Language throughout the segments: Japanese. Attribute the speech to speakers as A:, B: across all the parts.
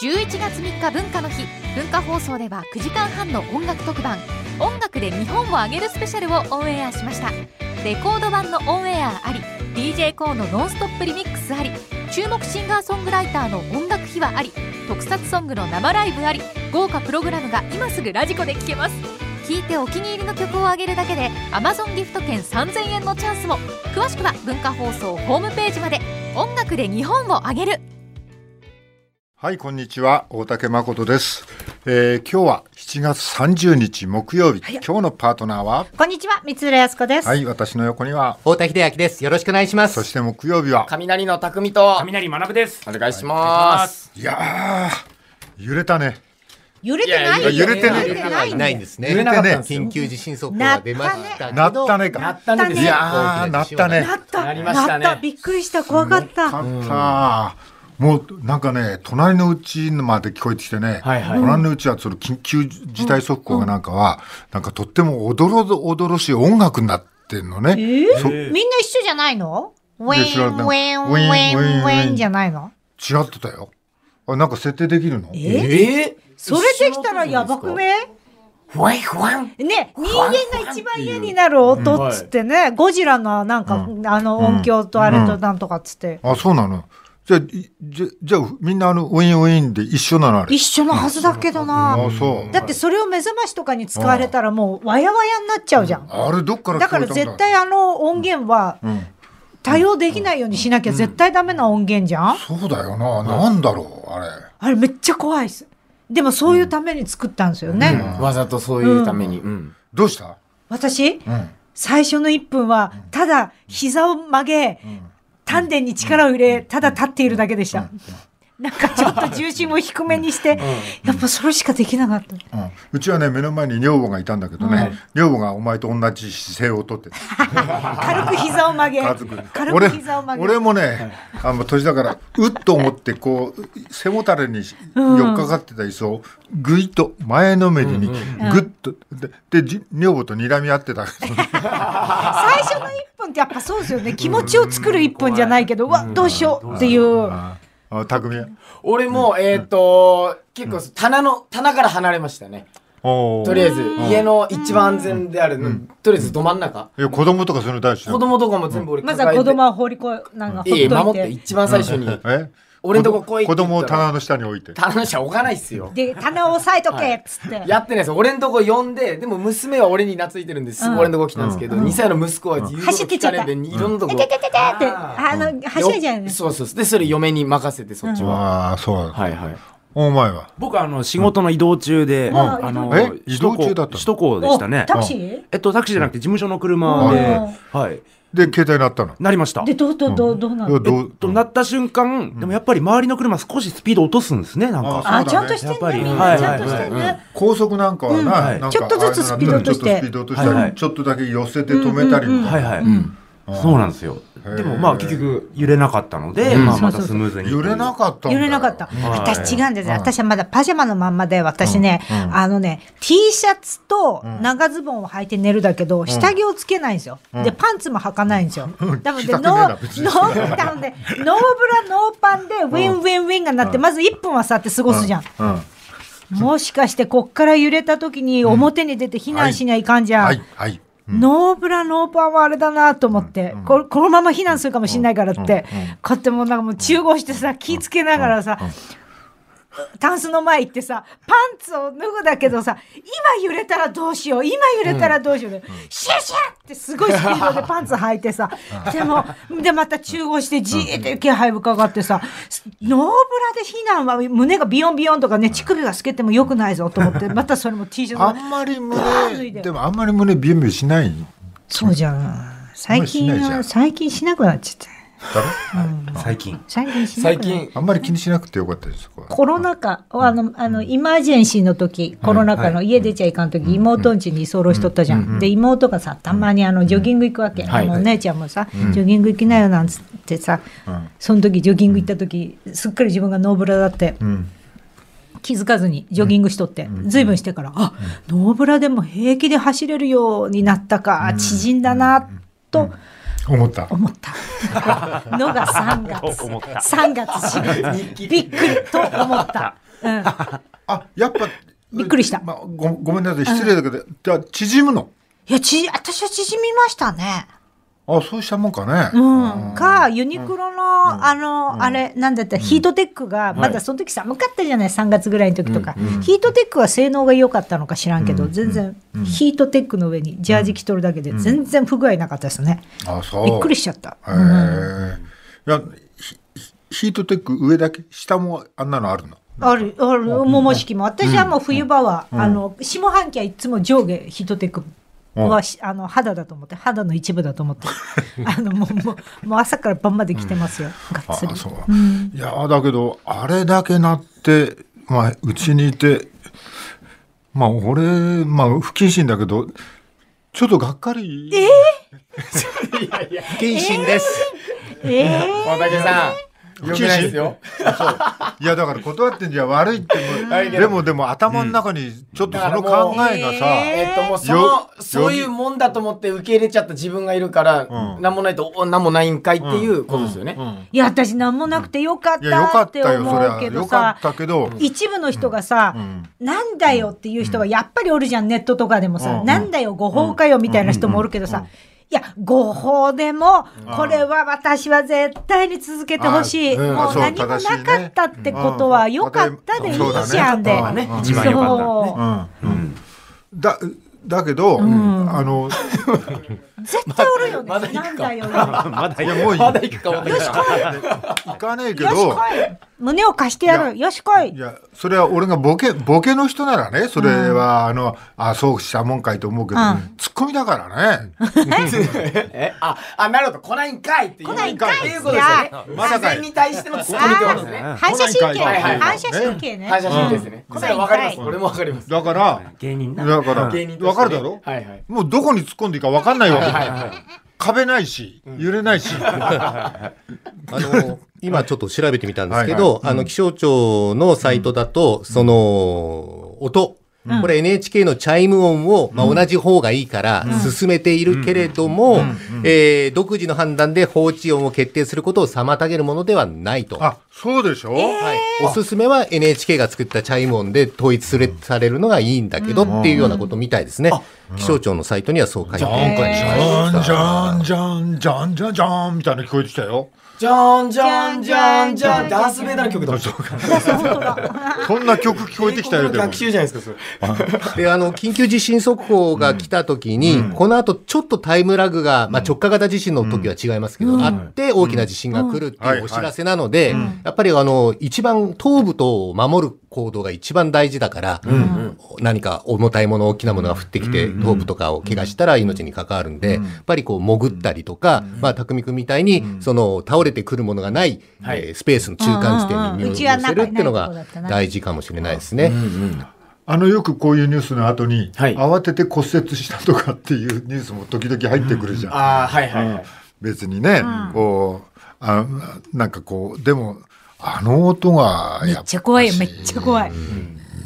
A: 11月3日文化の日文化放送では9時間半の音楽特番「音楽で日本をあげるスペシャル」をオンエアしましたレコード版のオンエアあり d j k o の「ノンストップリミックス」あり注目シンガーソングライターの音楽秘話あり特撮ソングの生ライブあり豪華プログラムが今すぐラジコで聴けます聴いてお気に入りの曲をあげるだけで Amazon ギフト券3000円のチャンスも詳しくは文化放送ホームページまで音楽で日本をあげる
B: はい、こんにちは。大竹誠です。えー今日は7月30日木曜日。今日のパートナーは、
C: こんにちは、三浦康子です。
B: はい、私の横には、
D: 太田秀明です。よろしくお願いします。
B: そして木曜日は、
E: 雷の匠と
F: 雷学です。
E: お願いします。
B: いやー、揺れたね。
C: 揺れてないよ
B: いや揺れてない
C: 揺れてないんだ
D: ないん
C: よ
D: です
B: 揺れ
D: ね。
B: なかったんですよ
D: 緊急地震速報が出ましたけど。
B: なったねか。
F: なったねです
B: い
F: よ。
B: やー、なったね。
C: なった。
F: なりましたね
C: なったびっくりした。怖かった。
B: なった。もうなんかね隣のうちまで聞こえてきてね、
F: はいはい
B: 隣のうちはその緊急事態速報がなんかは、なんかとってもおどろおどろしい音楽になってんのね、そ
C: みんな一緒じゃないのウェ
B: や知ら
C: ー
B: ない
C: ン、ウェーン、
B: ウ
C: ウ
B: ェ
C: ェ
B: ーン
C: ーン、
B: ウ
C: ウ
B: ェーン
C: ェーンじゃないの
B: 違ってたよあなんか設定できるの
C: え
E: え
C: それできたらやばくね
E: ふわいふわん。
C: ね、人間が一番嫌になる音っつってね、ゴジラのなんか、あの音響とあれとなんとかっつって。
B: あ、そうなの。じゃあ、いじゃ、じゃあ、みんなあの、ウィンウィンで一緒なのあれ。
C: 一緒のはずだけどな。
B: あ、そう。
C: だってそれを目覚ましとかに使われたらもうわやわやになっちゃうじゃん。
B: あれ、どっから
C: だから
B: 聞こえた
C: 絶
B: んだ
C: 対あの音源は対応できないようにしなきゃ絶対ダメな音源じゃん
B: そうだよな。なんだろう、あれ。
C: あれめっちゃ怖いです。でもそういうために作ったんですよね。
E: わざとそういうために。うん。
B: どうした
C: 私、
B: ん
C: 最初の1分はただ膝を曲げ、丹田に力を入れ、ただ立っているだけでした。なんかちょっと重心を低めにして、やっぱそれしかできなかった。
B: うん、うちはね目の前に女房がいたんだけどね、女房がお前と同じ姿勢をとって
C: 軽く膝を曲げ、
B: 家
C: 軽
B: 族で
C: く膝を曲げ。
B: 俺俺もね、あの年だからうっと思ってこう背もたれに寄っかかってた椅子をぐいっと前のめりにぐっと、ででじ女房と睨み合ってた けど
C: 最初の1分ってやっぱそうですよね気持ちを作る1分じゃないけどうわどうしようっていう
B: あ匠
E: 俺も、えっと、結構、棚の、棚から離れましたね。
B: おー
E: とりあえず、家の一番安全である、とりあえずど真ん中。
B: いや子供とかそういうの大好きだ
E: 子供とかも全部俺
C: ま
E: 抱
C: ず
E: え
C: は
E: て。
C: 子供は放りこなんかほっと
E: いえいえ、
C: い
E: 守って、
C: て
E: 一番最初に。
B: え
E: 俺んとこ来いって
B: 子
E: 言ったら
B: 供を棚の下に置いて
E: 棚の下置かないっすよ。
C: で棚を押さえとけっつって
E: やってないです俺んとこ呼んで、でも娘は俺に懐いてるんです、ぐ俺んとこ来たんですけど、2歳の息子は言うこと聞かれて、いろんなと
C: 「
E: こ。
C: てててて」って
E: あ
C: あの走るじゃない
E: そうそうそうでそれ嫁に任せてそっちは、
B: ああそう、
E: はいはい
B: お前は
F: 僕はあの仕事の移動中で、
B: ん
F: あの
B: え移動
F: 首都
B: 中だったの
F: 高首都高でしたね。
C: タクシー
F: えっとタクシーじゃなくて事務所の車で、はい、
B: で携帯なったの
F: なりました。
C: でどうどうどうどうなの
B: いやどう
F: となった瞬間、でもやっぱり周りの車少しスピード落とすんですね。なん
B: あ
F: か。
C: あちゃんとして
F: やっぱ
C: んね
F: り
C: みんなちゃんとしてんね
B: 高速なんかはな,、
F: はい
B: なんか
C: ちょっとずつスピード落として
B: あれになったりちょっとスピード落としたり、
F: はいはい
B: ちょっとだけ寄せて止めたりみた
F: はいい
B: な、
F: はい。そうなんですよ。でもまあ結局揺れなかったので、まあまたスムーズに。
B: 揺れなかったんだよ
C: 揺れなかった。私違うんですよ。私はまだパジャマのまんまで、私ね、あのね、T シャツと長ズボンを履いて寝るだけど、下着をつけないんですよ。で、パンツも履かないんですよ。多分で、
B: 着た
C: ノ
B: くねえな
C: ー、ノー
B: 別に、
C: 多分ねノーブラ、ノーパンで、ウィンウィンウィンがなって、まず1分はさって過ごすじゃん。
B: うんうん
C: もしかして、こっから揺れた時に表に出て避難しにはいかんじゃ
B: は
C: ん
B: い。はい
C: ノーブラノーパンはあれだなと思って、ここのまま避難するかもしれないからって、こうやってもうなんかもう中合してさ気ぃつけながらさ、タンスの前行ってさパンツを脱ぐだけどさ今揺れたらどうしよう今揺れたらどうしようで、シュシュってすごいスピードでパンツ履いてさでもでまた中合してじーって気配深がってさノーブラで避難は胸がビヨンビヨンとかね乳首が透けてもよくないぞと思ってまたそれも T シャツ
B: あ
C: の
B: んまり
C: 脱
B: 胸
C: いで
B: でもあんまり胸ビュンビュンしない
C: そうじゃん。最
B: し
C: 近
B: ないじゃん
C: は、最近しなくなっちゃった。
B: だろ
F: 最近。
C: 最近しなくなっ
E: 最
C: た。
E: 近
B: あんまり気にしなくてよかったですそこは
C: コロナ禍、あの、あの、イマージェンシーの時、コロナ禍の家出ちゃいかん時、妹ん家に居候しとったじゃん。で、妹がさ、たまにあの、ジョギング行くわけ。あ
E: はい
C: の、お
E: はい
C: 姉ちゃんもさ、ジョギング行きなよなんつってさ、その時ジョギング行った時、すっかり自分がノーブラだって。気づかずにジョギングしとって、随分してから、あ、ノーブラでも平気で走れるようになったか、縮んだな、と
B: 思った
C: 思ったのが3月 3月4月びっくりと思ったうん
B: あやっぱ
C: びっくりした
B: まあ、ごごめんなさい失礼だけど、じゃあ縮むの
C: いや、ち、私は縮みましたね。
B: あそうしたもんかね、
C: うん。か、ユニクロの、あの、あれ、なんだった、ヒートテックが、まだその時寒かったじゃない、3月ぐらいの時とか。ヒートテックは性能が良かったのか知らんけど、全然、ヒートテックの上にジャージ着とるだけで、全然不具合なかったですね。
B: あそう
C: びっくりしちゃった。
B: へえ、いやヒヒートテック上だけ下もあんなのあるの
C: ある、ある、桃式も。私はもう冬場は、あの、下半期はいつも上下ヒートテックは、しあの、肌だと思って、肌の一部だと 思って、あの、もう、もう、もう朝から晩まで着てますよ。が
B: あ
C: っつり。
B: そう、いやだけどあれだけなってまあうちにいてまあ俺まあ不謹慎だけどちょっとがっかりえ
D: 不謹慎です。
C: ええ
E: 大竹さん、よくないですよ。
B: いやだから断ってんじゃ悪いって も
E: 悪いけど
B: でもでも頭の中にちょっとその考えがさ、
C: うん
E: えっともうそ
B: よ
E: のそういうもんだと思って受け入れちゃった自分がいるから、
B: うん
E: なんもないとおなんもないんかいっていうことですよね。
C: いや、私なんもなくてよかっ
B: いやよ
C: た
B: か
C: っ
B: った
C: て
B: よそ
C: 思う
B: れ
C: け
B: はよ
C: ど
B: か
C: さ
B: っ、たけど、
C: 一部の人がさ、なんだよっていう人がやっぱりおるじゃん、ネットとかでもさ、
B: うん
C: なんだよ、誤報かよみたいな人もおるけどさ、いや、誤報でも、これは私は絶対に続けてほしい。
B: あーうん
C: もう
B: そう
C: 何もな
B: 正しいね
C: かったってことは、
B: うん
C: よかったでいいじゃんで。
B: そうだね
F: うん一番よかったね
C: そう
B: だだけど、あの
C: 絶対おるよね。
E: まだ行
C: な
E: く
C: ん
E: か
C: だよ。よ
F: まだ
B: いやもういい
E: まだ行くかも
B: し行かねえけど
C: しこい。胸を貸してやる。
B: い
C: よしこい
B: い。やそれは俺がボケボケの人ならねそれは、あのあそうしたもんかいと思うけど、
C: うん
B: ツッコミだから ね
E: えああなるほど来ないんかいっていう
C: 来ないんかい
E: っていうことですよね。
B: まさ
E: 自
B: かい
E: 然に対してのツッコミってことですね。
C: 反射神経。
E: はいはい
C: 反射神経ね。
E: 反射神経ですね。
C: ん
E: それはわかり
C: 来ない
E: ま
C: ん
E: す。
C: か
E: 俺もわかります。
B: だから
F: 芸人な。
B: だから、
E: 芸人としてね
B: 分かるだろ、
E: はいはい。
B: もうどこに突っ込んでいいか分かんないわけ、
E: はいはい。
B: 壁ないし揺れないし、
D: あの、 今ちょっと調べてみたんですけど、あの、気象庁のサイトだと、その、音。これ NHK のチャイム音を、まあ、同じ方がいいから進めているけれども、えー独自の判断で放置音を決定することを妨げるものではないと。
B: あそうでしょ、
D: はい、おすすめは NHK が作ったチャイム音で統一すれされるのがいいんだけどっていうようなことみたいですね。気象庁のサイトにはそう書いてあ
B: なん
D: り
B: か
D: ま
B: ジ
D: す
B: ャンジャンジャンジャンジャンジャンみたいなの聞こえてきたよ
E: じゃんじゃんじゃんじゃんダースベイダーの曲だ。
B: そんな曲聞こえてきたよでも
E: 学習じゃないですかそれ。
D: で、あの、緊急地震速報が来た時に、この後ちょっとタイムラグが、まあ、直下型地震の時は違いますけど、あって大きな地震が来るっていうお知らせなので、やっぱりあの、一番東部とを守る行動が一番大事だから、何か重たいもの、大きなものが降ってきて、東部とかを怪我したら命に関わるんで、やっぱりこう潜ったりとか、まあ、匠君みたいに、その、倒れてくるものがない、
E: はい
D: えースペースの中間地点に身を
C: うんうんうんうちは
D: 寄
C: な
D: せ
C: んか
D: るっていうの
C: ないとこだ
D: が
C: ったな
D: 大事かもしれないですね。
B: あのよくこういうニュースの後に、
E: はい
B: 慌てて骨折したとかっていうニュースも時々入ってくるじゃん。
E: ああはいはいはい。
B: 別にね、こうあなんかこうでもあの音が
C: め
B: や
C: っ
B: っ
C: ちゃ怖いよ、めっちゃ怖い。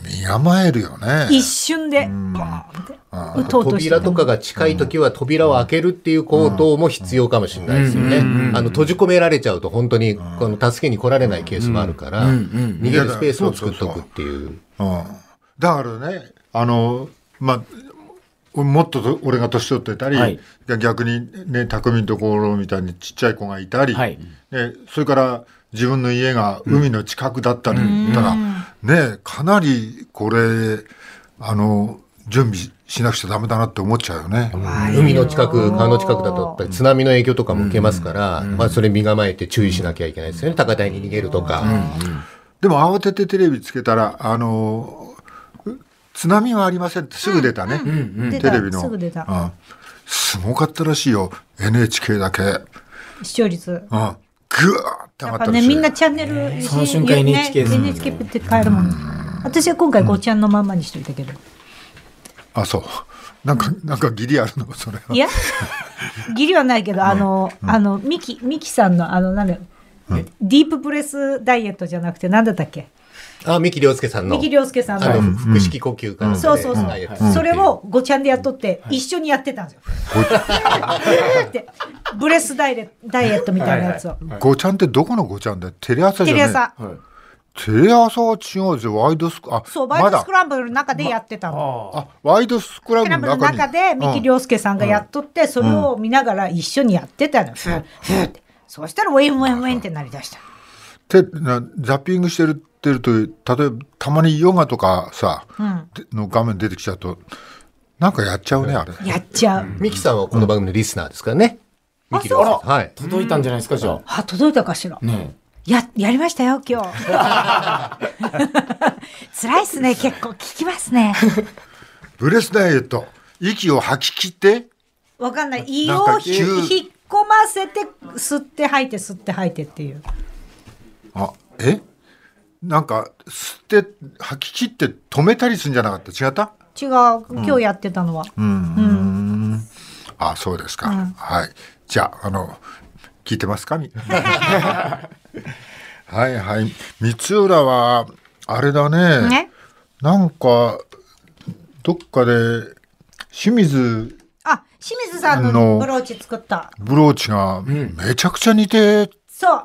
B: 身構えるよね。
C: 一瞬で、バーンって、打とうとして
D: 扉とかが近い時は扉を開けるっていう行動も必要かもしれないですよね。あの閉じ込められちゃうと本当にこの助けに来られないケースもあるから、逃げるスペースも作っとくっていう。
B: うん、だからねあのまあ俺もっとと俺が年取ってたり、
E: はい
B: 逆にね匠のところみたいにちっちゃい子がいたり、
E: はい
B: ね、それから自分の家が海の近くだったりたら、ねかなりこれあの準備しなくちゃダメだなって思っちゃうよね。
D: 海の近く、川の近くだとやっぱり津波の影響とかも受けますから、まあそれ身構えて注意しなきゃいけないですよね。高台に逃げるとか。
B: でも慌ててテレビつけたらあの津波はありませんってすぐ出たね、テ
C: 出た
B: レビの。
C: すぐ出た
B: うんすごかったらしいよ NHK だけ。
C: 視聴率。
B: あぐわーって上がった
C: やっぱ
B: り
C: ね、
B: する
C: みんなチャンネル、
E: その瞬間 NHK で
C: ね
E: す
C: NHK って変えるもん。私は今回ごちゃんのまんまにしといたけど。
B: あそうなんかなんか義理あるのそれはい
C: や、義理はないけど、あの、あの、ミキ、ミキさんの、あの、なんだよディーププレスダイエットじゃなくて、なんだったっけ
D: あ、三木亮介さんの。
C: 三木亮介さん
D: あの、
C: の。
D: 腹式呼吸から、
C: そうそうそう。それ。をごちゃんでやっとって、一緒にやってたんですよ。 って、ブレスダイレダイエットみたいなやつを。
B: ごちゃんってどこのごちゃんだよテレ朝じ
C: テ
B: ゃ
C: レ
B: ね
C: 朝。
B: テレ朝は違うんですよ、ワイドスク、あ、
C: そう、バイトスク
B: まだ
C: ランブルの中でやってたの。
B: あ、ワイドスクラ
C: スクラ
B: ム
C: ンブ
B: の
C: ルの
B: 中に。
C: 中で三木
B: うん
C: 亮介さんがやっとって、それを見ながら一緒にやってたの。ふっふっって。そしたらウェンウェンウェンってなりだした。
B: てなザッピングしてるってると例えばたまにヨガとかさ、での画面出てきちゃうとなんかやっちゃうねあれ
C: やっちゃう。
D: ミキさんはこの番組のリスナーですからね。ミキ
C: あ
D: さん。
E: そう
D: はい。
E: 届いたんじゃないですか、じゃあ。
C: あ、届いたかしら。
E: ね
C: や、やりましたよ、今日。 辛いっすね、結構。聞きますね。
B: ブレスダイエット息を吐き切って
C: わかんない。胃
B: な
C: を
B: んか
C: ひ
B: 急
C: 引っ込ませて、吸って吐いて、吸って吐いてっていう。
B: あえなんか吸って吐き切って止めたりするんじゃなかった違った
C: 違う、今日やってたのは。
B: あそうですか、はいじゃああの聞いてますかみ はいはい光浦はあれだね
C: ね
B: なんかどっかで清水
C: あ、清水さん
B: あの
C: のブローチ作った。
B: ブローチがめちゃくちゃ似て、
C: そう。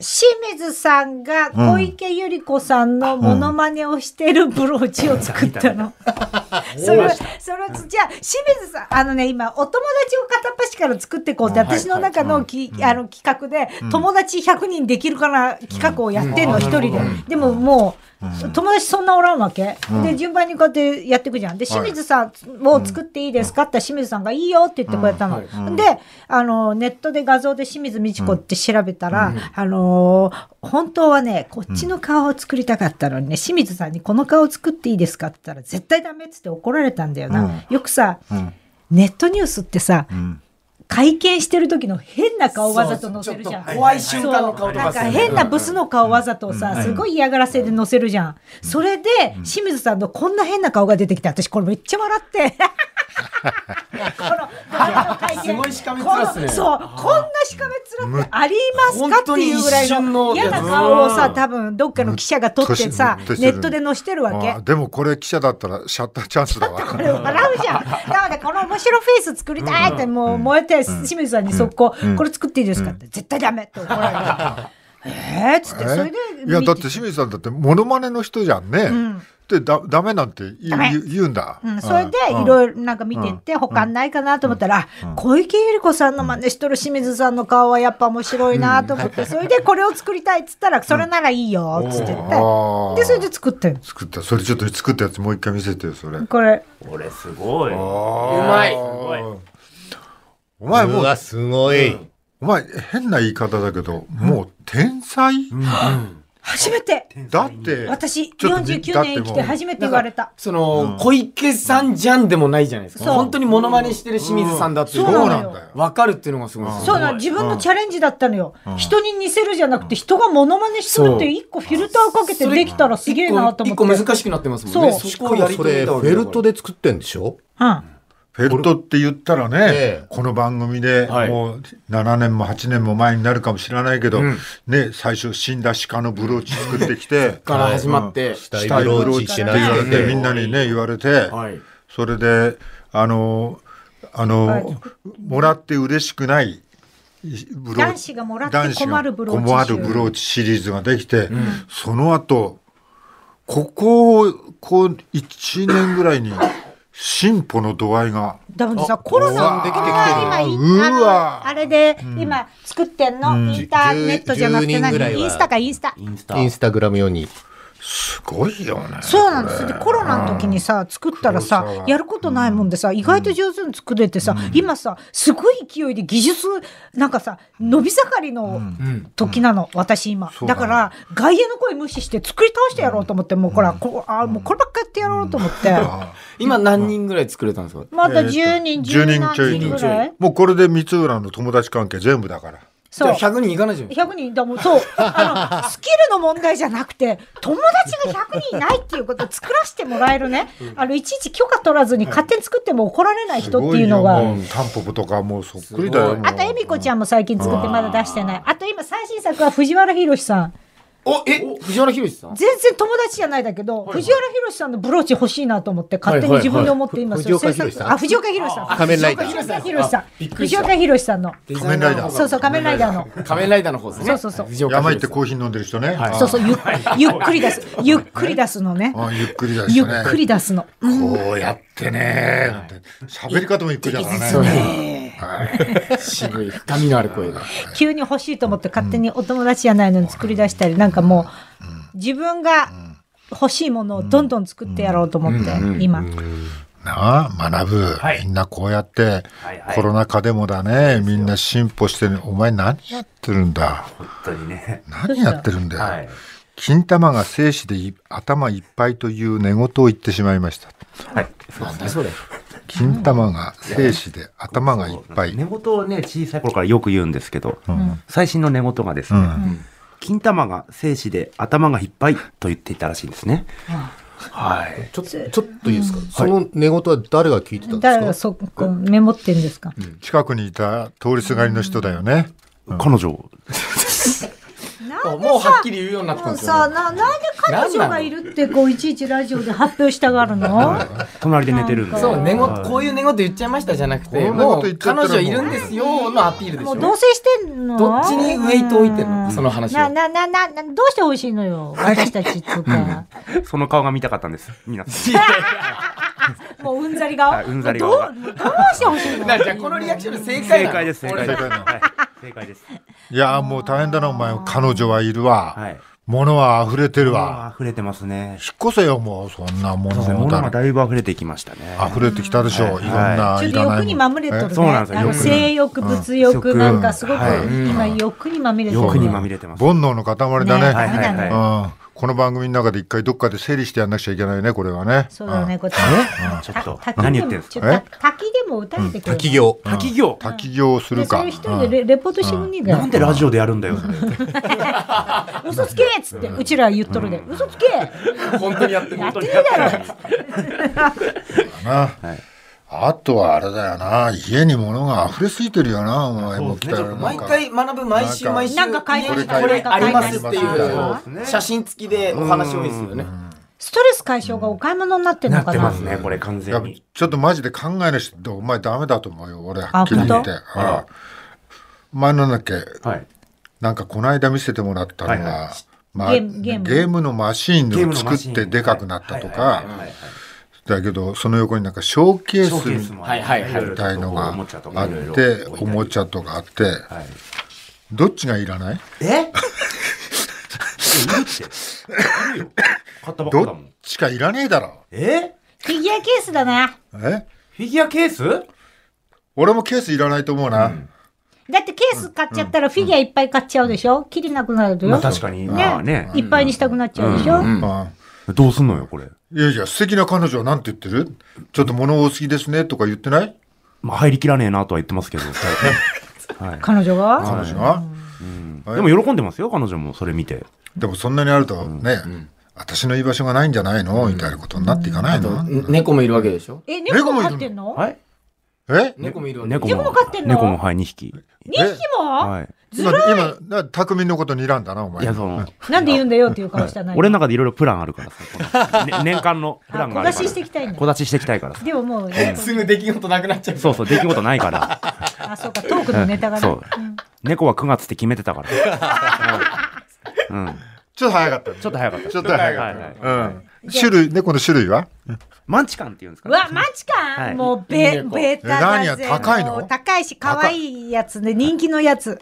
C: 清水さんが小池百合子さんのモノマネをしてるブローチを作ったの。 それ、それ、じゃあ、清水さん、あのね、今、お友達を片っ端から作っていこうって、私の中のき、あの、企画で、友達100人できるかな企画をやってんの、一人で。でももう、友達そんなおらんわけ。で、順番にこうやってやっていくじゃん。で、清水さんを作っていいですかって、清水さんがいいよって言ってこうやったの。で、あの、ネットで画像で清水美智子って調べたら、あのー、本当はね、こっちの顔を作りたかったのにね、清水さんにこの顔作っていいですかって言ったら、絶対ダメっつって怒られたんだよな。よくさ、ネットニュースってさ、会見してる時の変な顔わざと載せるじゃん。
E: そうちょっと怖い瞬間の顔とか
C: そうなんか変なブスの顔わざとさ、すごい嫌がらせで載せるじゃん。それで、清水さんのこんな変な顔が出てきて、私これめっちゃ笑 って。この、
E: すごいしかめ面っすね
C: このそう、こんなしかめ面ってあります
E: 本
C: かっ
E: 当
C: て
E: に
C: いう
E: 一
C: ぐらい
E: 瞬の
C: の
E: やつ
C: 嫌な顔をさ、多分どっかの記者が撮ってさ、
B: うん
C: ネ
B: としてる
C: ットで載してるわけ
B: あ。でもこれ記者だったらシャッターチャンスだわ
C: これ笑 うじゃん。なので、この面白フェイス作りたいって、もう燃えて、清水さんに速攻、これ作っていいですかって、絶対ダメって怒られて。 えーっつって、それで
B: え。いやだって清水さんだってモノマネの人じゃんね、でだダメなんて言
C: ダ
B: う
C: メ
B: 言う言うんだ、
C: うん、それでいろいろなんか見てって他ないかなと思ったら、あ小池百合子さんの真似しとる清水さんの顔はやっぱ面白いなと思って、それでこれを作りたいっつったら、それならいいよっつって言って、
B: あー
C: で、それで作ってん
B: 作ったそれちょっと作ったやつもう一回見せてよそれ
C: これ、
F: これすごい。
E: うまい。
B: お前
D: う
B: もう
D: わ、すごい。
B: お前変な言い方だけど、もう天才、
C: 初めて、
B: だって
C: 私
B: ちょっと
C: 49
B: だって
C: 年生き
B: も
C: て
B: う
C: 初めて言われた。
E: その、小池さんじゃんでもないじゃないです
C: そ
E: か。
C: う
E: 本当にモノマネしてる清水さんだっていう
C: そう
E: の
C: なの
E: が
C: よ
B: そうなんだよ
E: わかるっていうのがすごいです
C: そう
E: よ
C: なの自分のチャレンジだったのよ、人に似せるじゃなくて人がモノマネしてるっていう一個フィルターかけてできたらすげえなと思って
E: 一個一個難しくなってますもんね。
C: そう
E: そ
D: し
E: こ
D: か
E: をや
D: も
E: り
D: そ
E: 遂げ
D: れ、
E: た
D: フ
E: わけ
D: ェ
E: だから
D: ルトで作ってんでしょ
C: うん、
B: フェルトって言ったらね、
D: ええ
B: この番組で
E: はい
B: もう7年も8年も前になるかもしれないけど、ね、最初死んだ鹿のブローチ作ってきて
E: から始まって。
D: 下イブローチして投げ
B: 言われ
D: て
B: てみんなにね言われて、
E: はい
B: それであのあのもらって嬉しくないブローチ
C: 男子がもらって困るブローチ
B: 男子が困るブローチシリーズができて、その後ここをこう1年ぐらいに進歩の度合いが
C: だもんさコロナの
D: できてきてる
C: 今インあ
B: うわ
C: のあれで今作ってんの、インターネットじゃなく
D: 10
C: て
D: 人ぐらい
C: 何
D: は
C: インスタかインスタ
F: インスタ。
D: インスタグラム用に。
B: すごいよね。
C: そうなんですでコロナの時にさ作ったら
B: 黒沢
C: さやることないもんでさ意外と上手に作れてさ、今さすごい勢いで技術なんかさ伸び盛りの時なの、私今
B: そうだ
C: だ
B: ね
C: から外野の声無視して作り倒してやろうと思ってもうこれ,、こあもうこればっかやってやろうと思って、
E: 今何人ぐらい作れたんですか
C: まだ
B: えーと
C: 10人
B: 10
C: 10
B: 人
C: 人
B: ちょい
C: ぐらい
B: もうこれで光浦の友達関係全部だから。
E: じ
C: そ
E: ゃ
C: う
E: あ100人いかないじゃん。
C: 100人だもんそう あのスキルの問題じゃなくて友達が100人いないっていうことを作らせてもらえるね、あのいちいち許可取らずに勝手に作っても怒られない人っていうの
B: す
C: が
B: ご。よもうタンポポとかもうそっくりだよ。もう
C: あと、恵美子ちゃんも最近作ってまだ出してない。あと今、最新作は藤原宏さん。
E: おえ藤原宏さん
C: 全然友達じゃないだけど、藤原宏さんのブローチ欲しいなと思って、勝手に自分で思っています、
D: はいはいはいふ藤岡弘さん
C: あ、藤岡弘さん。
D: 仮面ライダー
C: 藤岡弘さん。
E: びっくり
C: 藤
E: した
C: 岡弘さんの。
E: 仮
B: 面ライダー
C: そうそう、仮面ライダーの。
E: 仮面ライダーの方ですね
C: そうそうそう
E: 藤岡
B: 山行っ
E: 弘
B: て
E: さん
B: コーヒー飲んでる人ね。あー
C: そうそう、ゆっゆっくり出す。ゆっくり出すのね。
B: あーゆっくりだ
C: ゆ
B: し
C: っくり
B: ね。
C: 出すの。
B: こうやってね。喋り方もゆっくりだから
E: そう
B: ね。
E: ね渋い深みのある声が
C: 急に欲しいと思って勝手にお友達じゃないのに作り出したり、なんかもう、自分が欲しいものをどんどん作ってやろうと思って、今。
B: なあ、学ぶ。
F: はい
B: みんなこうやって
F: はいは、い
B: コロナ禍でもだね、みんな進歩してる。お前何やってるんだ
F: 本当にね。
B: 何やってるんだよ。
F: はい。
B: 金玉が精子でい頭いっぱいという寝言を言ってしまいました。
F: はい。
E: なんだそれ
B: 金玉が精子で頭がいっぱい。
F: 寝言をね、小さい頃からよく言うんですけど、
B: ん
F: 最新の寝言がです
B: う
F: ね、
B: ん。
F: 金玉が精子で頭がいっぱいと言っていたらしいんですね。はい。
D: ちょちょっといいですか、その寝言は誰が聞いてたん
C: 誰
D: で
C: が
D: すか
C: そこメモってんですか
B: 近くにいた通りすがりの人だよね。
F: 彼女、
E: もうはっきり言うようになったんです
C: さあ
E: よね
C: ななんで彼女がいるってこういちいちラジオで発表したがるの
F: 隣で寝てるんで。
E: そう寝言
F: はい
E: こういう寝言言っちゃいましたじゃなくて
B: こんなこ
E: も
B: と言っ
E: う
B: ちゃったらもう
E: 彼女いるんですよのアピールでし
C: も
E: ょ
C: う同棲してんの
E: どっちにウェイト置いてんのその話を
C: なななななどうして美味しいのよ私たちっていうか
F: その顔が見たかったんです。皆さん。
C: もううんざり顔
F: はいうんざり顔が
C: どうどうしてほしいの
E: なじゃあこのリアクションで正解な
F: 正
E: の
F: 解です、正解です。
B: 俺
F: はい正解です。
B: いやーもう大変だな、お前。彼女はいるわ。
F: はい。
B: 物は溢れてるわ。
F: あ溢れてますね。
B: 引っ越せよ、もう。そんなも
F: そうですね。
B: の
F: 物が
B: だら
F: だいぶ溢れてきましたね。
B: 溢れてきたでしょう。い
F: はい
B: ろんな、
C: ちょっ
B: い
C: と
B: らないもの。
C: 欲にまみれとるね。
F: そうなんですよ
C: あの
F: 欲に
C: 性欲、物
F: う
C: 欲、
F: ん
C: なんかすごく
F: はい
C: 今欲にまみれてる。
F: 欲にまみれてます。
B: 煩悩の塊だね。
C: ねはい
F: はいはい
B: うんこの番組の中で一回どっかで整理してやんなくちゃいけないね、これはね。
C: そうだよね、
B: ん。
C: こっち。
F: ちょっと
C: た。
F: 何言ってんです
C: ち
F: か
C: ょっと滝でも打たれてくれ。
D: 滝行。
F: 滝行
B: 焚き業をす
C: で
B: る
C: そ
B: か。
C: れ一人でレレポートしてくんねえか
F: なんでラジオでやるんだよ、それ。
C: ら嘘つけっつって、うちら言っとるで。嘘つけ
E: 本当にやってる
C: やってるだろ
B: うんなあとはあれだよな、家に物が溢れすぎてるよな、お前もう来たらなん
E: 毎
B: か。
E: 回学ぶ毎週
B: なんか
E: 毎週
C: なんか買い
E: 家
C: 足
E: に
C: し
E: こ
C: た
E: れありますってい
B: そう
F: ですね
E: う写真付きでお話多いですよね
C: ストレス解消がお買い物になってん
F: な
C: の
F: っ
C: か
F: てま
C: な
F: すね、これ完
B: いや
F: 全に。
B: ちょっとマジで考えない人、お前ダメだと思うよ、俺はっきり言って。うん前のなんだっけ、
F: はい。
B: なんかこの間見せてもらったの
F: はいは
B: が、まあ
C: ゲ
B: ゲ
C: ームゲーム
B: ームのマシ
F: ゲー
B: ーン
F: ム
B: を
F: のマ
B: 作
F: シーン
B: ってでかくなったと
F: はいはい
B: か、
F: はいはい
B: だけどその横になんかショーケ
F: ショーケ
B: ー
F: ー
B: ス
F: スも
E: はいはいはい
B: みたいのが
F: おもちゃとか
B: あ
F: いろいろ
B: って、おもちゃとかあって、
F: はい。
B: どっちがいらない
F: えいやいる って。いるよ。買ったばっか
B: ど
F: だ
B: っ
F: もん。
B: ちかいらねえだろ。
F: え
C: フィギュアケースだな。
B: え
F: フィギュアケース
B: 俺もケースいらないと思うな。
C: だってケース買っちゃったらフィギュアいっぱい買っちゃうでしょ切りなくなると
F: ま
C: よ
F: あ。確かに。まあね。
C: いっぱいにしたくなっちゃうでしょ
B: うん
F: どうすんのよ、これ。
B: いやいや、素敵な彼女はなんて言ってるちょっと物多すぎですねとか言ってない
F: まあ入りきらねえなとは言ってます けど。はい。
C: 彼女が
B: 彼女が。はい
F: でも喜んでますよ、彼女もそれ見て。
B: でもそんなにあるとね、私の居場所がないんじゃないのみたいなことになっていかないの
E: 猫もいるわけでしょ
C: え、
B: 猫
C: 猫
B: も
C: も
B: いる
C: 飼ってんの
F: はい。
B: え
E: 猫もいるわけでしょ
C: 猫
F: 猫
C: も
F: も
C: 飼ってん。の
F: 猫も、はい、2匹。
C: ?2 匹も
F: はい。
B: 今、今、な匠のこと睨んだな、お前。
F: いや、その、
C: なんで言うんだよっていう顔したない。
F: 俺の中でいろいろプランあるからさ、このね年間のプランがあるから。
C: あ小出ししていきたいんだ
F: 小出ししていきたいからさ。
C: でももう、
E: すぐ出来事なくなっちゃう
F: そうそう、出来事ないから。
C: あ、そうか、トークのネタがね。
F: そう。猫は9月って決めてたから。うんうん。
B: ちょっと早かったね。
F: ちょっと早かった。
B: ちょっと早か
F: はいはい
B: っ
F: はい
B: た。うん。種類、猫の種類は
F: マンチカンって言うんですか
C: うわ、マジか、
F: はい
C: もうベ、ベータだぜ
B: え何や高いの
C: もう高いし、可愛いやつね、人気のやつ。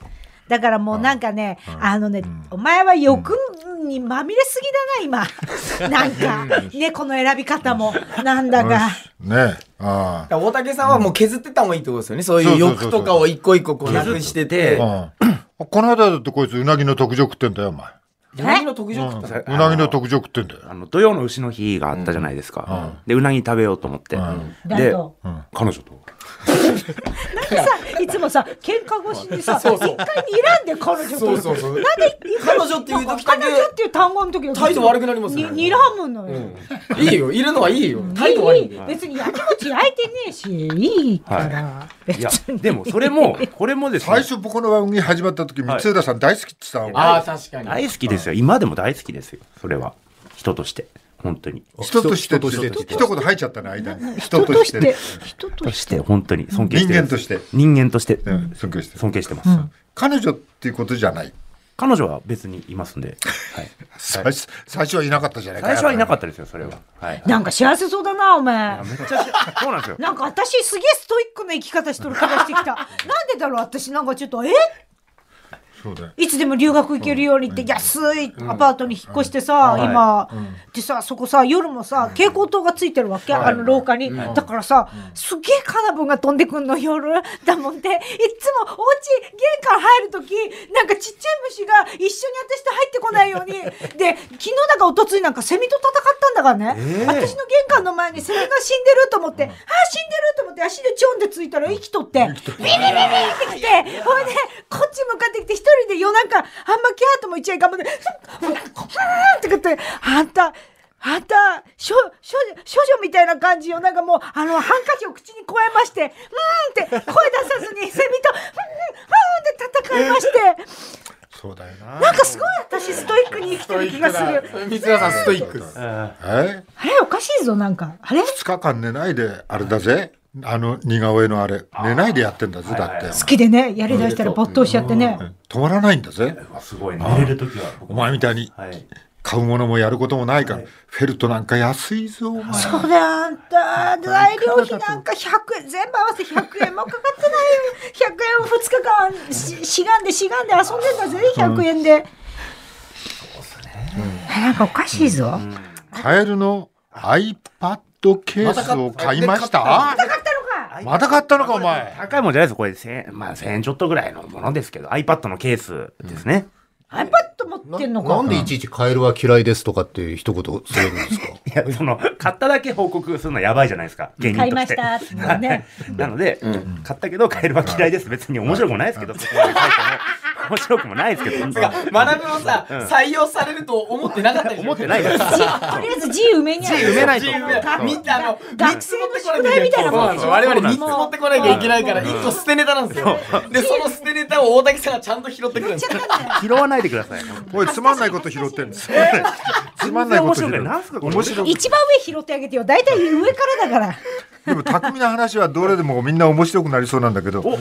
C: だからもうなんかね、あのね、お前は欲にまみれすぎだな、今。なんか、ね、この選び方も、なんだか。
B: ねえ。あ
E: だから大竹さんはもう削ってった方がいいってことですよね。そういう欲とかを一個一個こうなくしてて。
B: あ。うん。この間だってこいつ、うなぎの特上食ってんだよ、お前。
E: うなぎの特上食った。
B: うなぎの特上食ってんだよ。
F: あの、土曜の牛の日があったじゃないですか。で、うなぎ食べようと思って。
B: ん
C: だ
F: で、
C: と。
F: 彼女と。
C: さいつもさ喧嘩越しにさ
E: そうそう
C: 一回睨んで彼女と
E: そうそうそう
C: なんで
E: 彼女っていう時だけ
C: 彼女っていう単語の時だけ
E: 態度悪くなりますよね
C: に睨むのよ、
E: うんいいよいるのはいいよ態度悪いんで
C: いい別にやきもち焼いてねえしいいから、
F: いや、でもそれも、これもです
B: 最
F: ね、
B: 初僕の番組始まった時
F: はい
B: 三浦さん大好きって言ってたの
E: ああ確かに
F: 大好きですよ。今でも大好きですよ。それは。人として。本当に。
B: 人としてって
D: 人として
B: 一言入っちゃったね間に人と
C: 人と
B: し
C: してて人
F: 人
C: と
F: と
C: し
F: して、本当に尊敬してる
B: 人間として
F: 人間として。
B: うん尊敬してる
F: 尊敬してます。
B: 彼女っていうことじゃない
F: 彼女は別にいますんで。はい。
B: 最初最初はいなかったじゃないか
F: 最初はいなか
B: っ
F: ったですよ、それは。はい。
C: てなんか幸せそうだなお前
F: めっちゃし、そうなんですよ。
C: なんか私すげえストイックな生き方しとる気がして きたなんでだろう私なんかちょっとえ
B: たそうだよ
C: いつでも留学行けるようにって安いアパートに引っ越してさ、
F: はい
C: 今、でさそこさ夜もさ蛍光灯がついてるわけ、あの廊下に、だからさ、すげえカナブンが飛んでくんの夜だもんでいっつもお家玄関入る時なんかちっちゃい虫が一緒に私と入ってこない ようにで昨日だか一昨日なんかセミと戦ったんだからね、
F: ええ
C: 私の玄関の前にセミが死んでると思って、あー死んでると思って足でチョンってついたら息取ってビビビビってきてほいでこっち向かってきて一人で夜中あんまキャーとも一応頑張って「ふんふんって言って「あんたあんた少少女少女みたいな感じよなんかもうあのハンカチを口に加えまして「うーん」って声出さずにセミと「ふんふんふん」って戦いまして
B: そうだよな
C: なんかすごい私ストイックに生きてる気がする
E: 三浦さんストイックです
B: え
C: あれおかしいぞなんかあれ好
B: 二日間寝ないであれだぜあの似顔絵のあれ寝ないでやってんだぜだって
C: きでねやりだしたら没頭しちゃってね
B: うん止まらないんだぜ
F: あすごい、寝れるときは。
B: お前みたいに
F: はい。
B: 買うものもやることもないからフェルトなんか安いぞお前
C: それあんた材料費なんか100円全部合わせて100円もかかって ない100円を2日間ししがんでしがんで遊んでんだぜ100円で、えなんかおかしいぞ、な
B: カエルの iPad ケースを買いました
C: かったのか
B: また買ったのかお前
F: 高いもんじゃないですよ。これ、千、まあ、千円ちょっとぐらいのものですけど、iPad のケースですね。
C: iPad 持ってんの
D: な
C: か
D: んでいちいちカエルは嫌いですとかって一言添えるんですか
F: いや、その、買っただけ報告するのはやばいじゃないですか。芸人として。
C: 買いましたってね
F: はい なので、買ったけど、カエルは嫌いです。別に面白くもないですけど、そこまで書いても面白くもないですけど、本当に
E: 学ぶもさ採用されると思ってなかったでしょ
F: 思ってないです。
C: じとりあえず字埋めにゃ
F: 埋めないと
E: 自由だみんなあの
C: 学
E: 3つ
C: 生
E: 持
C: の宿
E: ってこなきゃ
C: 題みたいな
E: そう
C: も
E: なん
C: んです
E: で
C: し
E: よ
C: ょ
E: 我々3つ
C: もう
E: 持ってこなきゃいけないから1個捨てネタなんですよでその捨てネタを大竹さんがちゃんと拾ってくるんですよ
F: 拾わないでください。
B: おいつまんないこと拾ってんですつまんないこと拾って
F: 全然面白くないなんすかこれ
B: 面白い
C: 一番上拾ってあげてよ大体上からだから
B: でも巧みな話はどれでもみんな面白くなりそうなんだけど学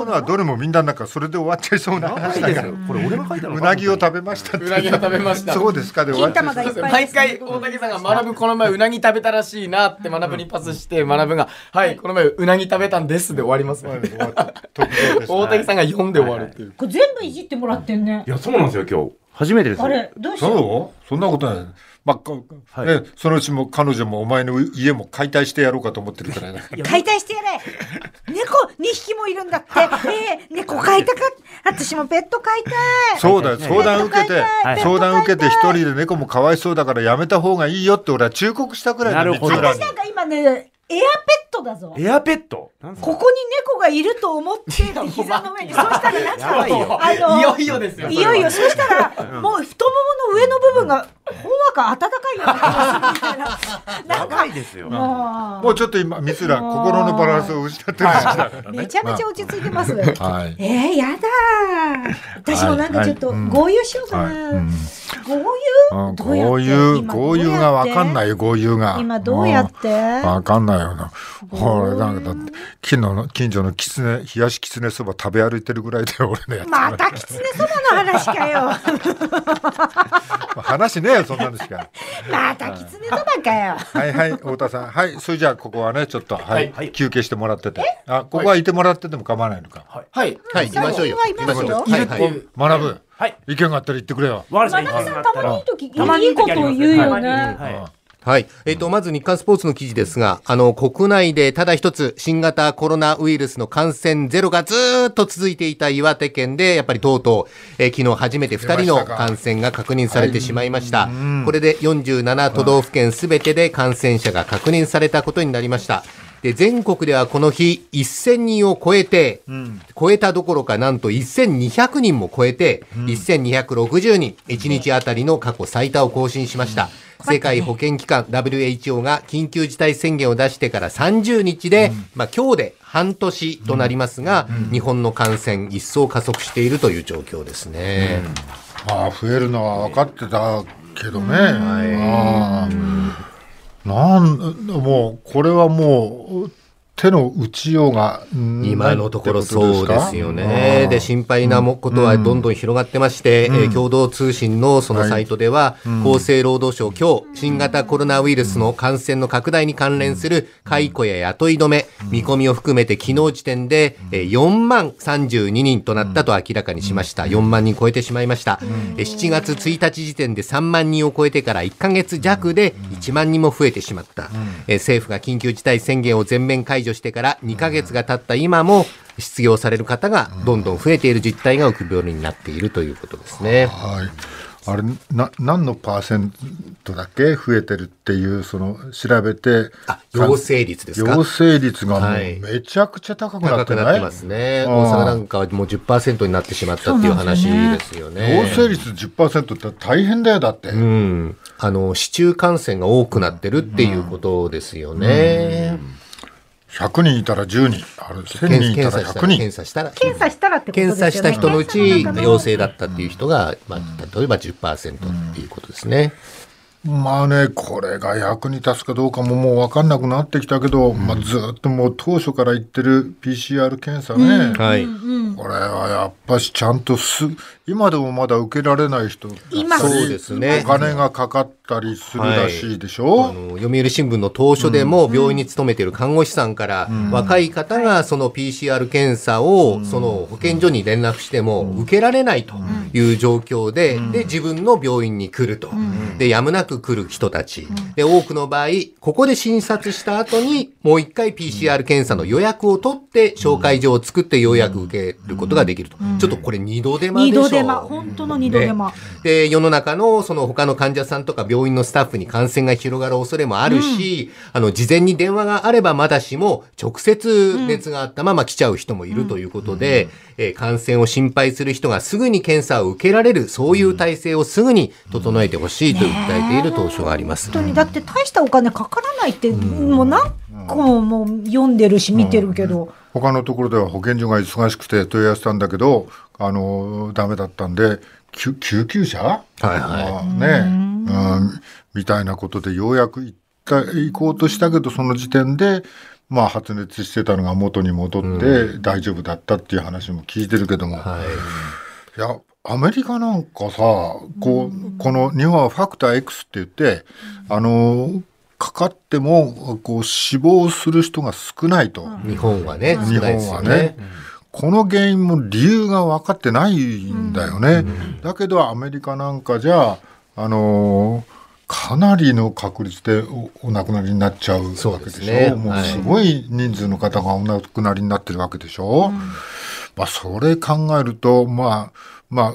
B: ぶのはどれもみんななんかそれで終わっちゃいそうな話だから
F: これ俺が書いたの
B: うなぎを食べましたって
E: うなぎを食べました
B: そうですかで終わっちゃい
C: 金玉がいっ
B: そ
C: ぱ
B: う
C: い
E: 毎回大竹さんが「学ぶこの前うなぎ食べたらしいな」って学ぶにパスして学ぶが「はいこの前うなぎ食べたんです」で終わります
B: 終わった特徴です
E: 大竹さんが読んで終わるっていう
C: これ全部いじってもらってんね
F: いや、そうなんですよ、今日。初めてですよ。
C: あれどうしよう
B: そうそんなことない。まあこ
F: はい
B: ね、そのうちも彼女もお前の家も解体してやろうかと思ってるからね。
C: 解 体してやれ猫2匹もいるんだって、ええ猫飼いたかっ私もペット飼いたい
B: そうだよ、相談受け
C: ペッ
B: て
C: ト解
F: 体、
B: 相談受けて一人で猫もかわいそうだからやめた方がいいよって俺は忠告したくらい
F: な
B: の
F: るほど
B: 三浦に
C: なんか今ねエアペットだぞ
F: エアペットなんすか
C: ここに猫がいると思ってって膝の上にそうしたらなん
F: やば
C: か
F: いよ
C: あの
E: いよいよですよ
C: いよいよそうしたらもう太ももの上の部分がほんわか暖かいような気がするみたいなな
F: や
C: んか
F: ばいですよ。
C: も
B: もうちょっと今、三浦、心のバランスを失ってる時期だから
C: う
B: ね。
C: めちゃめちゃ落ち着いてます
B: はい。
C: えー、やだー私もなんかちょっと
B: はいはいうん
C: 合流しようかな、
B: はいうんうん
C: 合流
B: 豪遊、豪遊がわかんないいよ、豪遊が。
C: 今どうやっ
B: う
C: て
B: んわかんないよな。ほ
C: 豪
B: ら、
C: 遊
B: なんかだって、昨日の近所のキツネ、冷やしキツネそば食べ歩いてるぐらいで俺のやつ。
C: またキツネそばの話かよ
B: 話ねえよ、そんなのしか。
C: またキツネそばか よ
B: はいはい、太田さん。はい、それじゃあここはね、ちょっと、はい、
F: はい
B: 休憩してもらってて。あ、ここはいてもらってても構わないのか。
E: はい
D: はい、行きましょうよ。
C: 最近はいますよ
D: はい、はい。
B: 学ぶ、
F: はい
B: 意見があったら言ってくれよ。
F: わか
C: 真
F: りま
C: 中
F: した
C: さんたまにいい時いいこと言う
F: た
C: よ
F: まに
C: ね、
F: はいはい
D: はい。えっ、と、まず日刊スポーツの記事ですが、あの、国内でただ一つ、新型コロナウイルスの感染ゼロがずーっと続いていた岩手県で、やっぱりとうとう、えー昨日初めて2人
B: 出ま
D: の
B: したか
D: 感染が確認されてしまいました。これで47都道府県すべてで感染者が確認されたことになりました。で、全国ではこの日、1000人を超えて、超えたどころか、なんと1200人も超えて、1260人、1日あたりの過去最多を更新しました。世界保健機関 WHO が緊急事態宣言を出してから30日で、まあ今日で半年となりますが、日本の感染一層加速しているという状況ですね。
B: まあ増えるのは分かってたけどね、ああなんもうこれはもう手の打ちようがうん
D: 今のとこ
B: な
D: ろ
B: いってこと
D: そう
B: か
D: ですよね。で、心配なもことはどんどん広がってまして、えー共同通信のそのサイトでは、厚生労働省今日、新型コロナウイルスの感染の拡大に関連する解雇や雇い止め、見込みを含めて昨日時点で、えー4万32人となったと明らかにしました。4万人超えてしまいました。えー7月1日時点で3万人を超えてから1ヶ月弱で1万人も増えてしまった。えー政府が緊急事態宣言を全面解除してから2ヶ月が経った今も、失業される方がどんどん増えている実態が浮き彫りになっているということですね。
B: はい、あれな何のパーセントだっけ増えてるっていうその調べて
D: あ、陽性率ですか
B: 陽性率がも
D: は
B: う
D: い
B: めちゃくちゃ高くな
D: 高
B: って
D: く
B: ない、
D: なってますね。大阪なんかはもう10%になってしまったっていう話ですよね。
B: 陽性率10%って大変だよだって、
D: うん。あの、市中感染が多くなってるっていうことですよね。
B: 100人いたら10人あれ1000人いた
D: 検査
B: ら
D: した
B: 100人
D: ら、検査したら、
C: 検査したらってことですよ
D: 検
C: ね。
D: 査した人のうち
C: 検査の中の
D: 陽性だったっていう人が、まあ、例えば10%っていうことですね。
B: まあねこれが役に立つかどうかももう分かんなくなってきたけど、まあ、ずっともう当初から言ってる PCR 検査ね、
D: はい。
B: これはやっぱしちゃんとす今でもまだ受けられない人
C: 今
B: そう
D: そうですね
B: お金がかかったりするらしいでしょ、
D: あの読売新聞の当初でも病院に勤めている看護師さんから、若い方がその PCR 検査をその保健所に連絡しても受けられないという状況で、で、自分の病院に来ると。で、やむなく来る人たち。で、多くの場合、ここで診察した後に、もう一回 PCR 検査の予約を取って、紹介状を作ってようやく受けることができると。ちょっとこれ二度手間で
C: 二
D: しょ
C: 度手間、本当の二度手間。
D: で、世の中のその他の患者さんとか病院のスタッフに感染が広がる恐れもあるし、あの、事前に電話があればまだしも、直接熱があったまま来ちゃう人もいるということで、えー感染を心配する人がすぐに検査を受けられる、そういう体制をすぐに整えてほしいと訴えている当初があります。
C: 本当にだって大したお金かからないって、もう何個ももう読んでるし見てるけど、
B: 他のところでは保健所が忙しくて問い合わせたんだけど、あの、ダメだったんで、救救急車はいはい。ね、うん、みたいなことでようやく行った、行こうとしたけど、その時点で、まあ発熱してたのが元に戻って大丈夫だったっていう話も聞いてるけども、
D: はい。
B: いや、アメリカなんかさ、こう、この日本はファクター X って言って、あの、かかっても、こう、死亡する人が少ないと。
D: 日本はね、
B: 日
D: 少ないで
B: 本
D: すよ
B: は
D: ね
B: ね。。この原因も理由が分かってないんだよね。だけどアメリカなんかじゃあのーかなりの確率でおお亡くなりになっちゃうわけでしょ
D: そうですね
B: もう
D: はい
B: すごい人数の方がお亡くなりになってるわけでしょ、まあそれ考えるとまあまあ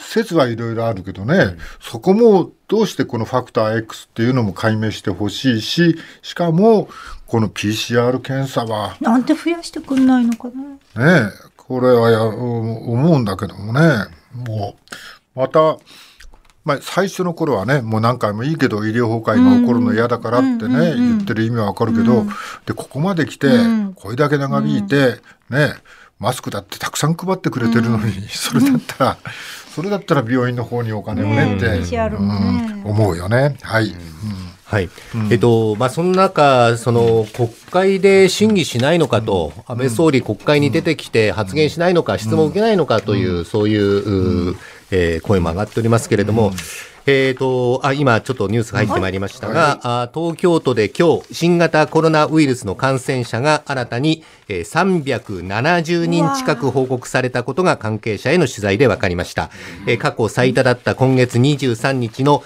B: 説はいろいろあるけどね、そこもどうしてこのファクター X っていうのも解明してほしいししかもこの PCR 検査は
C: なんて増やしてくんないのかな。
B: ねえ、これはや、うん思うんだけどもね、もう、また、まあ、最初の頃はね、もう何回もいいけど、医療崩壊が起こるの嫌だからってね、言ってる意味はわかるけど、で、ここまで来て、これだけ長引いて、ねえ、マスクだってたくさん配ってくれてるのに、それだったら、それだったら病院の方にお金をねって、
C: PCR もね
B: うん思うよね。はい。
D: はい。えっと、まあ、その中、その、国会で審議しないのかと、安倍総理国会に出てきて発言しないのか、質問を受けないのかという、そういう、うーえー声も上がっておりますけれども、えっと、あ、今ちょっとニュースが入ってまいりましたが、あ東京都で今日、新型コロナウイルスの感染者が新たに、えー370人近く報告されたことが関係者への取材で分かりました。えー過去最多だった今月23日の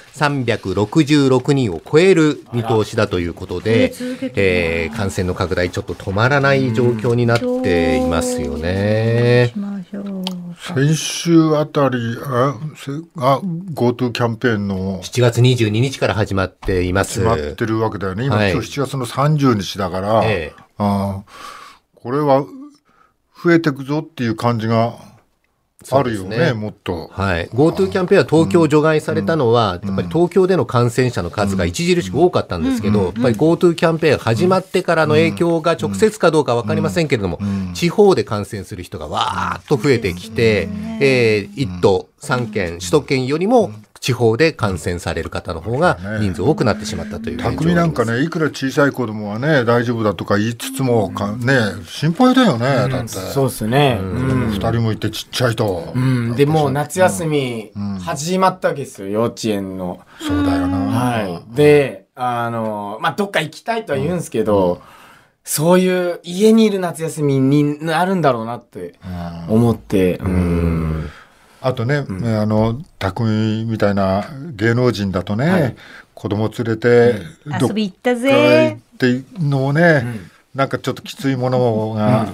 D: 366人を超える見通しだということで、えー感染の拡大ちょっと止まらない状況になっていますよね。
C: ましょう。
B: 先週あたり、あ、せあ GoTo キャンペーンの
D: 7月22日から始まっています。
B: 決まってるわけだよね、今、
D: はい
B: 今日7月の30日だから、
D: ええ
B: ああ、これは増えてくぞっていう感じがあるよ
D: そうで
B: ね、
D: すね
B: もっと。
D: はい、GoTo キャンペーンは東京を除外されたのは、やっぱり東京での感染者の数が著しく多かったんですけど、やっぱり GoTo キャンペーン始まってからの影響が直接かどうか分かりませんけれども、地方で感染する人がわーっと増えてきて、えー、1都3県、首都圏よりも地方で感染される方の方が人数多くなってしまったという現状があります
B: 匠なんかね、いくら小さい子供はね、大丈夫だとか言いつつも、かね、心配だよね、だって。
E: そうですね。うん
B: 二人もいてちっちゃいと。
E: うん、でもう夏休み始まったわけですよ、幼稚園の。
B: そうだよな。
E: はい。で、あの、まあ、どっか行きたいとは言うんですけど、そういう家にいる夏休みになるんだろうなって思って、うん。
B: あとね、ねあの、匠みたいな芸能人だとね、子供連れて、どっ
C: 遊び行った
B: か行っ
C: ぜ。
B: てのもね、なんかちょっときついものが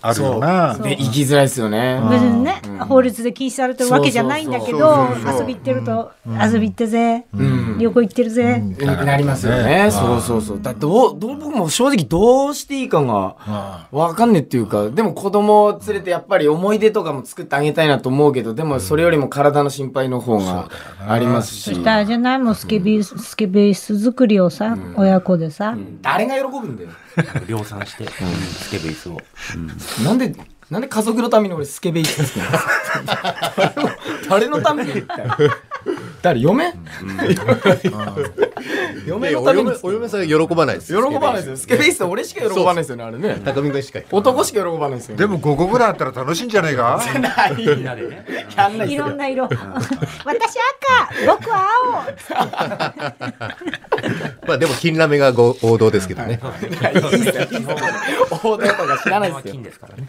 B: あるよな。
E: で、行きづらいですよね。
C: 別にね、法律で禁止されてるわけじゃないんだけど
B: そうそうそうそう
C: 遊び行ってると、遊び行ったぜ、
E: ん
C: 旅行行ってるぜ、
E: うんなりますよね。そうそうそう。だどう、どう、僕も正直どうしていいかが、わかんねえっていうか、でも子供を連れてやっぱり思い出とかも作ってあげたいなと思うけど、でもそれよりも体の心配の方がありますし
C: そ。したらじゃないもうスケベース、スケベース作りをさ、親子でさ、
E: 誰が喜ぶんだよ。
F: 量産して、スケベイス を。
E: なんで、なんで家族のために俺スケベ行ってんすか 誰のために言ったの誰嫁、嫁のために
D: お嫁さん喜ばないです
E: 喜ばないですよ。スケベイスって俺しか喜ばないですよね、あれね。
D: 高見君しか
E: 男しか喜ばないですよね。
B: でも5個ぐらいあったら楽しいんじゃないか
E: ないよやんない
C: い
E: です
C: ろ
E: よ
C: んな色 私赤僕は
D: まあでも金ラメがご王道ですけどね、
E: 王道とか知らないですよ。
F: ですからね。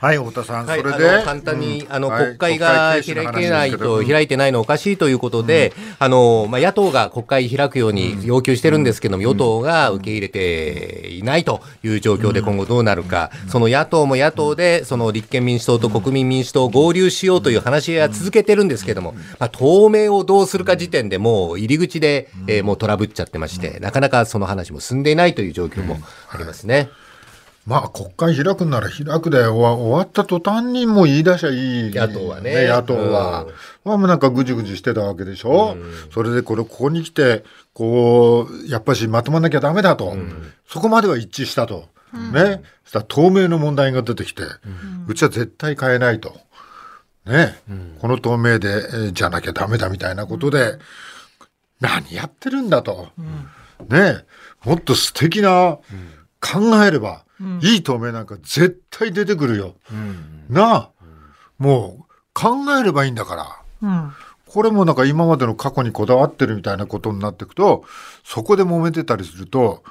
B: はい、太田さん、そ
D: はい
B: れ
D: あ
B: で
D: の。簡単に、あの、
B: はい
D: 国会が開
B: 国会軽視の話
D: けない
B: です
D: と、
B: けど
D: 開いてないのおかしいということで、あの、まあ、野党が国会開くように要求してるんですけども、与党が受け入れていないという状況で今後どうなるか、その野党も野党で、その立憲民主党と国民民主党を合流しようという話は続けてるんですけども、まあ、当面をどうするか時点でもう入り口で、えーもうトラブっちゃってまして、なかなかその話も進んでいないという状況もありますね。
B: まあ国会開くんなら開くで終わ終わった途端にもう言い出しゃいい。
D: 野党はね
B: 野党は。
D: うん
B: まあもうなんかぐじぐじしてたわけでしょ。それでこれここに来て、こう、やっぱしまとまんなきゃダメだと。そこまでは一致したと。ね。そしたら透明の問題が出てきて、うちは絶対変えないと。ね。この透明で、えーじゃなきゃダメだみたいなことで、何やってるんだと。ねえ、もっと素敵な、考えれば、いい透明なんか絶対出てくるよ。なあ、もう考えればいいんだから。
C: 青、うん、
B: これもなんか今までの過去にこだわってるみたいなことになっていくと、そこで揉めてたりすると、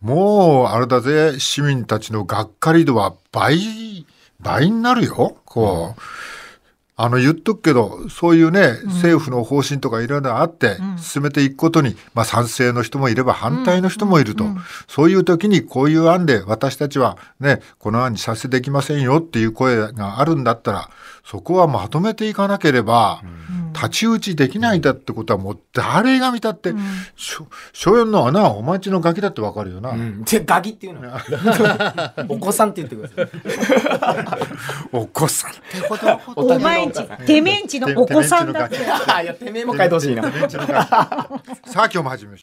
B: もうあれだぜ、市民たちのがっかり度は倍、倍になるよ。こう。あの言っとくけど、そういうね、政府の方針とかいろいろあって、進めていくことに、まあ賛成の人もいれば反対の人もいると。そういう時にこういう案で私たちはね、この案にさせできませんよっていう声があるんだったら、そこはまとめていかなければ、太刀打ちできないんだってことはもう誰が見たって、しょ所要の穴はお待ちのガキだってわかるよな。
E: うん、 じゃガキっていうのはお子さんって言ってください。
B: お子さんって
C: お前ん ちてめえんちのお子さんだって
B: てめえちのガキ
E: いや、てめえも書いてほしいな。
B: てめえんちのガキさあ今日も始めましょう。